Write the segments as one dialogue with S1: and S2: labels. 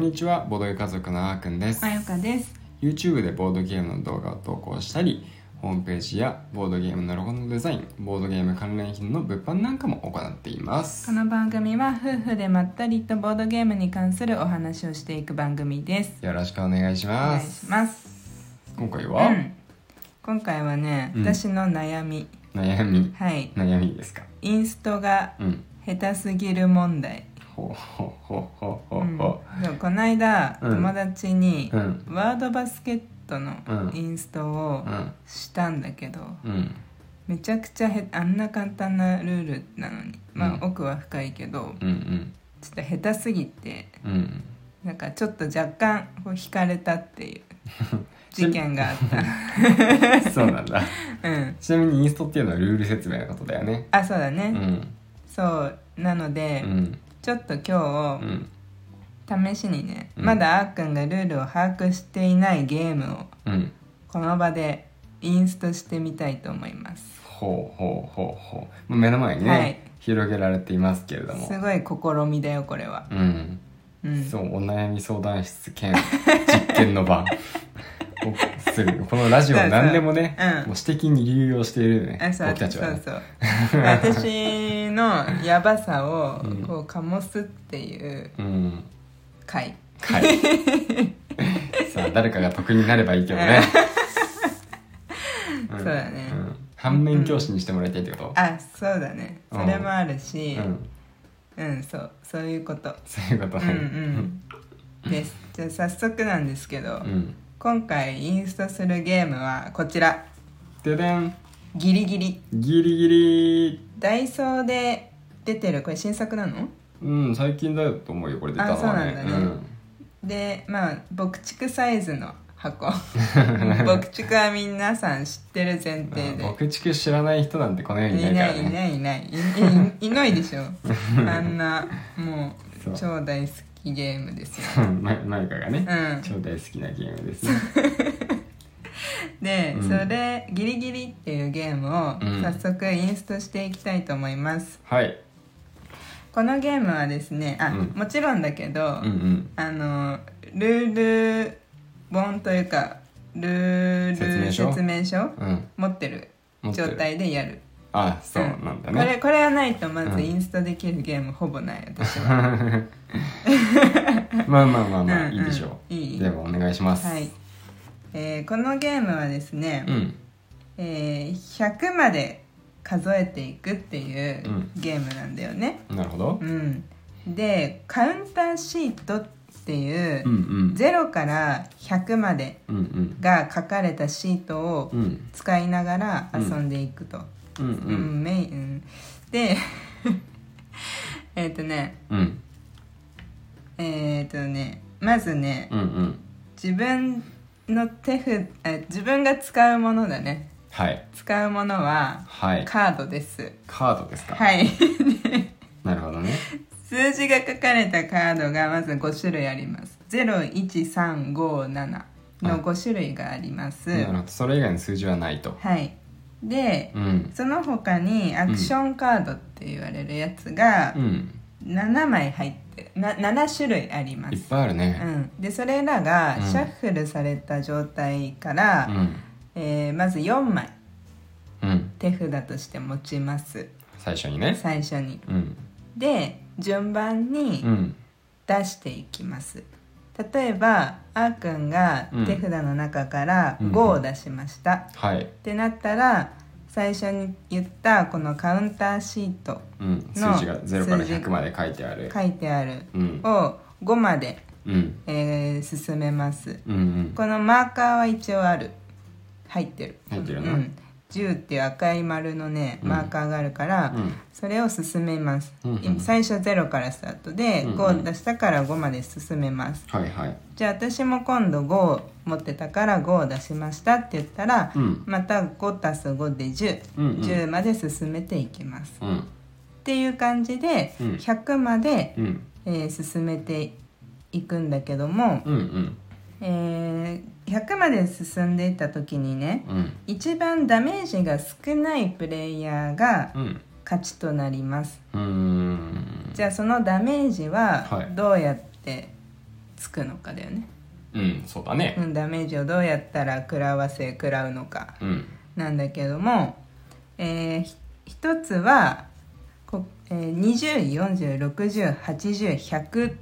S1: にちはボードゲ家族のあーくんです
S2: あやかです。
S1: YouTube でボードゲームの動画を投稿したりホームページやボードゲームのロゴのデザインボードゲーム関連品の物販なんかも行っています
S2: この番組は夫婦でまったりとボードゲームに関するお話をしていく番組です。
S1: よろしくお願いし
S2: お願
S1: ま
S2: い
S1: す
S2: します。
S1: 今回
S2: う
S1: は、
S2: ん。今回はね、
S1: うん
S2: 私の悩み、
S1: 悩み
S2: はい、
S1: 悩みですか
S2: インストが
S1: うん
S2: 下手すぎる問題。
S1: ほうほうほうほうほ
S2: う
S1: うんほ、
S2: でもこの間、
S1: うん
S2: 友達に、
S1: ううん
S2: ワードバスケットの
S1: うん
S2: インストを
S1: うん
S2: したんだけど、
S1: うん
S2: めちゃくちゃへあんな簡単なルールなのに、まあ、
S1: うん
S2: 奥は深いけど
S1: うんうん
S2: ちょっと下手すぎて
S1: うん
S2: なんかちょっと若干こう惹かれたっ ていう事件があっ
S1: そうなん だ
S2: たうん
S1: ちなみにインストっていうのはルール説明のことだよね
S2: あそうだ
S1: う
S2: ね、
S1: ん
S2: そうなの
S1: う
S2: で、
S1: ん
S2: ちょっと今
S1: うん
S2: 日試しにね、
S1: うん
S2: まだあーくんがルールを把握していないゲームを
S1: うん
S2: この場でインストしてみたいと思います
S1: ほうほうほうほうまあ目の前にね、
S2: はい
S1: 広げられていますけれども
S2: すごい試みだよこれは
S1: うん、
S2: うん
S1: そうお悩み相談室兼実験の 場をするこのラジオ
S2: そうそう
S1: 何でもね
S2: うん
S1: もう私的に流用しているよね
S2: あそう
S1: 僕たちはね
S2: そうそう 私のヤバさを
S1: うん
S2: こう醸すっていう
S1: うん
S2: 回
S1: はい さあ誰かが得になればいいけどね、ん
S2: そうだね
S1: ん反面教師にしてもらいたいってこと、
S2: あそうだねそれもあるし、
S1: うん、
S2: うんそうそういうこと
S1: そういうこと
S2: う
S1: ね
S2: んうんですじゃあ早速なんですけど、
S1: うん
S2: 今回インストするゲームはこちら
S1: ででん
S2: ギリギリ
S1: ギリギリ
S2: ダイソーで出てるこれ新作なの
S1: うん最近だよと思うよこれ出たのはね
S2: あそうなんだねでまあ牧畜サイズの 箱牧畜は皆さん知ってる前提
S1: うん
S2: で、
S1: 牧畜知らない人なんてこの世にいないから
S2: いないい
S1: ね
S2: ないいないいいいないで しょあんなも
S1: そう
S2: う超大好きゲームですよ
S1: うんまマイカがね、
S2: うん
S1: 超大好きなゲームですね
S2: で、
S1: うん
S2: それ「ギリギリ」っていうゲームを
S1: うん
S2: 早速インストしていきたいと思います、
S1: はい
S2: このゲームはですねあ、
S1: うん
S2: もちろんだけど、
S1: うんうん
S2: あのルール本というかルー
S1: 説明
S2: ル
S1: 書
S2: 説明書
S1: うん
S2: 持ってる
S1: 持って
S2: 状
S1: る
S2: 態でやる
S1: あそうなんだね、
S2: これこれはないとま
S1: うん
S2: ずインストできるゲームほぼない私は
S1: まあまあまあまあ
S2: うん
S1: いいでしょう、
S2: うんいい
S1: ではお願いします、
S2: はい、えーこのゲームはですね、
S1: うん
S2: えー100まで数えていくっていう
S1: うん
S2: ゲームなんだよね、
S1: なるほど
S2: う、んでカウンターシートっていう、
S1: うん、うん
S2: 0から100まで
S1: うんうん
S2: が書かれたシートを
S1: うん
S2: 使いながら遊んでいくと、
S1: うんう
S2: うん
S1: ん
S2: メインうんで えっとね
S1: うん
S2: えっ、とねまずね
S1: うんうん
S2: 自分の手札え自分が使うものだね
S1: はい
S2: 使うものは
S1: はい
S2: カードです
S1: カードですか、
S2: はい
S1: なるほどね
S2: 数字が書かれたカードがまず5種類あります01357の5種類があります
S1: なるほどそれ以外の数字はないと
S2: はいで
S1: うん
S2: その他にアクションカードって言われるやつが
S1: うん
S2: 7枚入ってな7種類ありま
S1: いっ
S2: す、
S1: ぱいある
S2: う
S1: ね
S2: ん、でそれらが
S1: うん
S2: シャッフルされた状態から、
S1: うん
S2: えーまず4枚
S1: うん
S2: 手札として持ちます
S1: 最初にね
S2: 最初に
S1: うん
S2: で順番に
S1: うん
S2: 出していきます例えばあーくんが手札の中から
S1: うん
S2: 5を出しました、っ
S1: はい
S2: てなったら最初に言ったこのカウンターシート
S1: うん、
S2: の
S1: 数字が0から
S2: 数字
S1: 100まで書いてある
S2: 書いてある
S1: うん
S2: を5まで、
S1: うん
S2: えー進めます
S1: うんうん
S2: このマーカーは一応ある入ってる
S1: 入ってる
S2: う、
S1: なん
S2: 10っていう赤い丸のね
S1: うん
S2: マーカーがあるから、
S1: うん
S2: それを進めます、
S1: うんうん
S2: 最初0からスタートで
S1: うんうん
S2: 5出したから5まで進めます、
S1: はいはい
S2: じゃあ私も今度5持ってたから5を出しましたって言ったら、
S1: うん
S2: また5たす5で1010、
S1: うんうん
S2: 10まで進めていきます、
S1: うん
S2: っていう感じで、
S1: うん
S2: 100まで、
S1: うん
S2: えー進めていくんだけども、
S1: うんうん
S2: えー100まで進んでいった時にね
S1: うん
S2: 一番ダメージが少ないプレイヤーが
S1: うん
S2: 勝ちとなります
S1: うーん
S2: じゃあそのダメージ
S1: は
S2: はいどうやってつくのかだよね、
S1: うんそうだね
S2: うん、ダメージをどうやったら食らわせ食らうのか
S1: うん
S2: なんだけども、えーひ一つはこ、えー、20406080100100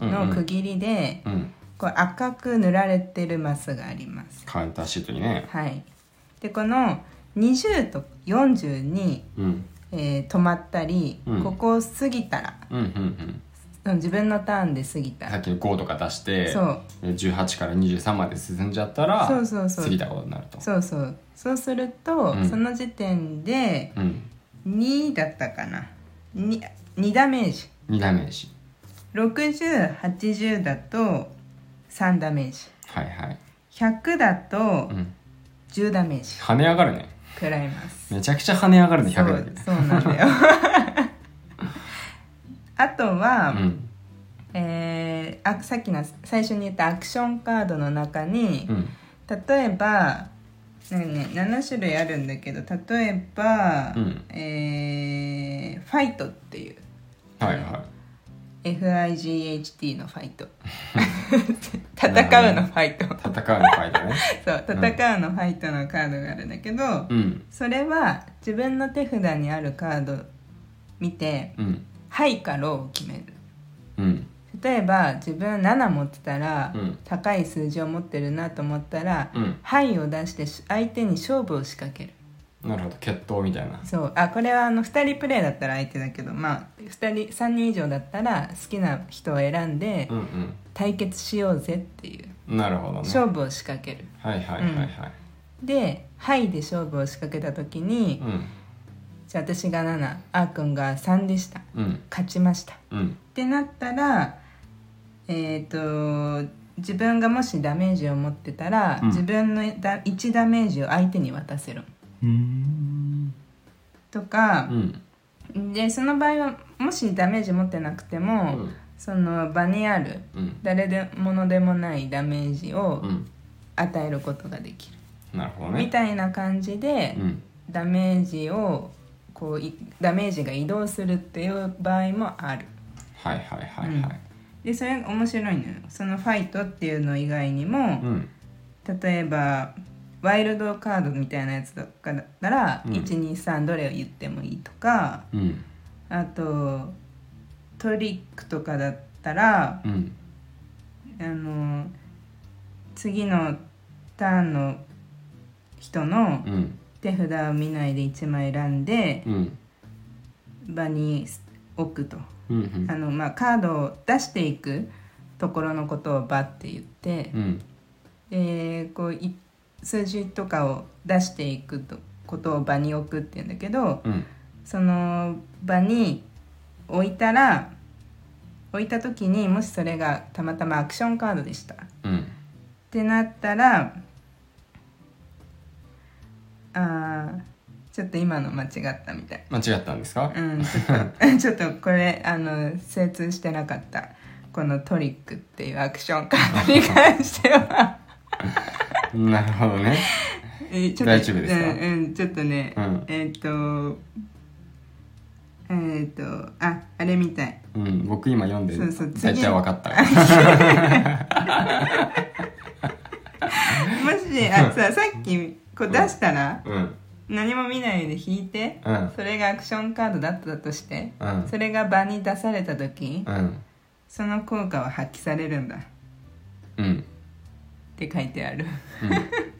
S1: うんうん
S2: の区切りで、
S1: うん
S2: こう赤く塗られてるマスがあります。
S1: カウンターシートにね
S2: はい、でこの20と40に、
S1: うん
S2: えー止まったり、
S1: うん
S2: ここを過ぎたら
S1: うんうんうん
S2: その自分のターンで過ぎた
S1: さっ
S2: ら
S1: きの5とか出して
S2: そう
S1: で18から23まで進んじゃったら
S2: そうそうそう
S1: 過ぎたことになると
S2: そうそうそうすると、
S1: うん
S2: その時点で
S1: うん
S2: 2だったかな 2, 2ダメージ
S1: 2ダメージ
S2: 6080だと3ダメージ
S1: はいはい
S2: 100だと
S1: うん
S2: 10ダメージ
S1: 跳ね上がるね
S2: 食らいます
S1: めちゃくちゃ跳ね上がるね
S2: そ
S1: 100だ
S2: う
S1: けで
S2: そうなん だよあとは、
S1: うん
S2: えーあさっきの最初に言ったアクションカードの中に、
S1: うん
S2: 例えば、何ね、7種類あるんだけど例えば、
S1: うん
S2: えーファイトっていう
S1: はいは
S2: FIGHT のファイ ト戦うのファイト
S1: い戦うのファイ トね
S2: そう戦うのファイトのカードがあるんだけど、
S1: うん
S2: それは自分の手札にあるカード見て
S1: うん
S2: 「はい」か「ロー」を決める
S1: うん
S2: 例えば自分7持ってたら、
S1: うん
S2: 高い数字を持ってるなと思ったら「
S1: うん
S2: はい」を出してし相手に勝負を仕掛ける
S1: なるほど決闘みたいな
S2: そうあこれはあの2人プレイだったら相手だけどまあ2人3人以上だったら好きな人を選んで
S1: うん
S2: 対決しようぜっていう
S1: うんなるほどね
S2: 勝負を仕掛ける
S1: はいはいはいはい
S2: で「はい」で勝負を仕掛けた時に、
S1: うん
S2: じゃあ私が7あーくんが3でした
S1: うん
S2: 勝ちましたっ
S1: うん
S2: てなったらえっ、と自分がもしダメージを持ってたら、
S1: うん
S2: 自分のだ1ダメージを相手に渡せる
S1: うん
S2: とか
S1: う、ん
S2: でその場合はもしダメージ持ってなくて
S1: う
S2: も、
S1: ん
S2: その場にある
S1: うん
S2: 誰でものでもないダメージを
S1: うん
S2: 与えることができる、
S1: なるほど
S2: み
S1: ね
S2: たいな感じで、
S1: うん
S2: ダメージをこういダメージが移動するっていう場合もある
S1: はいはいはいはい
S2: でそれが面白いのよそのファイトっていうの以外にも、
S1: うん
S2: 例えばワイルドカードみたいなやつとかだったら、
S1: うん
S2: 123どれを言ってもいいとか
S1: うん
S2: あとトリックとかだったら
S1: うん
S2: あの次のターンの人の
S1: うん
S2: 手札を見ないで1枚選んで
S1: うん
S2: 場に置くと
S1: うんうん
S2: あの、まあ、カードを出していくところのことをバッて言って
S1: う、ん
S2: えーこうい数字とかを出していくとことを場に置くっていうんだけど
S1: うん
S2: その場に置いたら置いた時にもしそれがたまたまアクションカードでしたっ
S1: うん
S2: てなったらあーちょっと今の間違ったみたい
S1: 間違ったんですか
S2: うんち ょっとちょっとこれあの精通してなかったこのトリックっていうアクションカードに関しては
S1: なるほどね
S2: えちょっと
S1: 大丈夫ですか
S2: うん、うん、ちょっとね、
S1: うん
S2: えーっ、とえーっ、とああれみた い
S1: うん僕今読んで
S2: そうそう
S1: 大体わかった
S2: もしあささっきこう出したら
S1: うん
S2: 何も見ないで引いて
S1: うん
S2: それがアクションカードだったとして
S1: うん
S2: それが場に出された時
S1: うん
S2: その効果は発揮されるんだっ
S1: うん
S2: て書いてある
S1: うん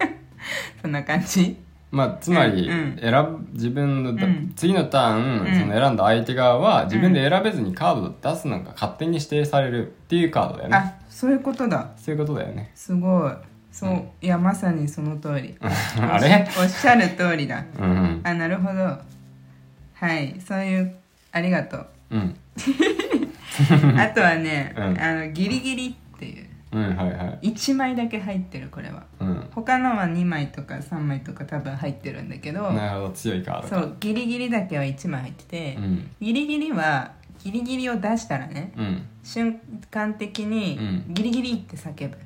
S2: そんな感じ
S1: まあ、つまり
S2: うんうん
S1: 選ぶ自分のだ、
S2: うん
S1: 次のターン、
S2: うん
S1: その選んだ相手側は自分で選べずにカードを出すのが勝手に指定されるっていうカードだよね
S2: あそういうことだ
S1: そういうことだよね
S2: すごいそう、
S1: うん
S2: いやまさにその通 り
S1: あれ
S2: おっしゃる通りだ
S1: うんうん
S2: あなるほどはいそういうありが とう
S1: うん
S2: あとはね、
S1: うん
S2: あのギリギリっていう
S1: うんはいはい
S2: 1枚だけ入ってるこれは
S1: うん
S2: 他のは2枚とか3枚とか多分入ってるんだけど
S1: なるほど強いカード
S2: そ
S1: か
S2: うギリギリだけは1枚入ってて、
S1: うん
S2: ギリギリはギリギリを出したらね
S1: うん
S2: 瞬間的に
S1: う
S2: ギリギリって叫ぶ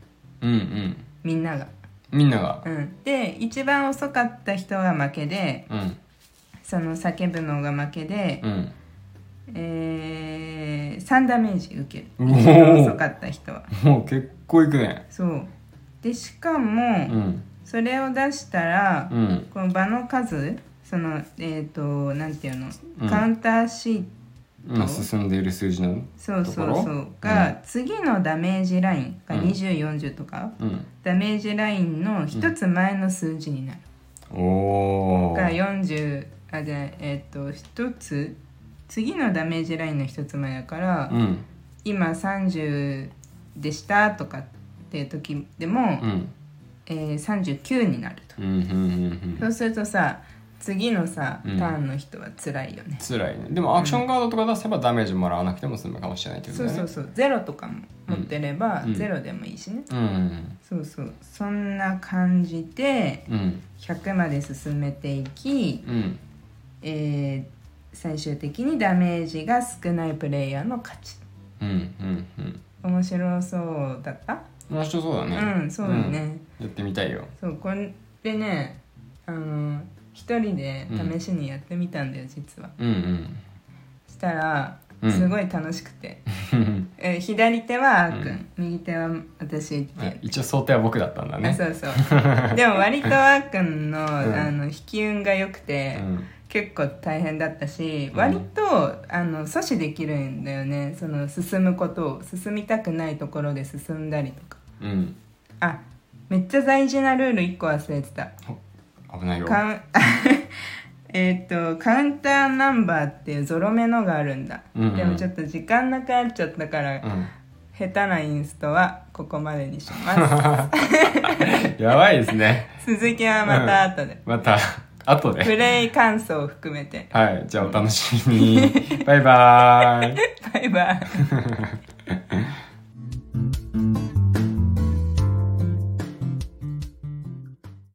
S1: うんうん
S2: みんなが、
S1: みんなが
S2: うん、で一番遅かった人は負けで
S1: うん
S2: その叫ぶのが負けで、
S1: うん
S2: えー3ダメージ受ける
S1: おー
S2: 一番遅かった人は
S1: もう結構いくね
S2: そうでしか
S1: う
S2: も
S1: ん
S2: それを出したら、
S1: うん
S2: この場の数そのえっ、となんていうの、
S1: うん
S2: カウンターシート
S1: 今進んでいる数字なの
S2: そうそう
S1: とこ
S2: そ
S1: ろ
S2: うが、次のダメージラインが
S1: うん
S2: 2040とか、
S1: うん
S2: ダメージラインの一つ前の数字になる、
S1: おお
S2: が40あじゃないえっ、と一つ次のダメージラインの一つ前だから、
S1: うん
S2: 今30でしたとかっていう時でも、
S1: うん
S2: えー39になる
S1: う
S2: と、
S1: んうんうんう
S2: そ
S1: ん
S2: うするとさ次のさタ
S1: うん
S2: ーンの人は辛いよね、
S1: 辛いねでもアクションガードとか出せばダメージもらわなくても済むかもしれないってこと
S2: そう
S1: だね
S2: そうそうゼロとかも持ってれば、
S1: うん
S2: ゼロでもいいしね、
S1: うん
S2: そうそうそんな感じで
S1: うん
S2: 100まで進めていき、
S1: うん
S2: えー最終的にダメージが少ないプレイヤーの勝ち
S1: うんうんうん
S2: 面白そうだった、
S1: 面白そうだね
S2: うんそうだね、
S1: やってみたいよ
S2: そうこれねあの一人で試しにやってみたんだよ、実は
S1: うん
S2: したら
S1: うん
S2: すごい楽しくて、
S1: うん
S2: えー左手はあーくん、
S1: う
S2: 右手は私って
S1: あ
S2: いう
S1: 一応想定は僕だったんだ
S2: あ
S1: ね
S2: そうそうでも割とあーくんの,、
S1: ん
S2: あの引き運が良くて、
S1: うん
S2: 結構大変だったし
S1: うん
S2: 割と、あの阻止できるんだよねその進むことを進みたくないところで進んだりとか
S1: うん
S2: あめっちゃ大事なルール1個忘れてた
S1: 危ないよ
S2: カウン えーっとカウンターナンバーっていうゾロ目のがあるんだ、
S1: うんうん
S2: でもちょっと時間なくなっちゃったから、
S1: うん
S2: 下手なインストはここまでにします
S1: やばいですね
S2: 続きはまた後で、
S1: また後で
S2: プレイ感想を含めて
S1: はい、じゃあお楽しみに。バイバーイ。
S2: バイバイ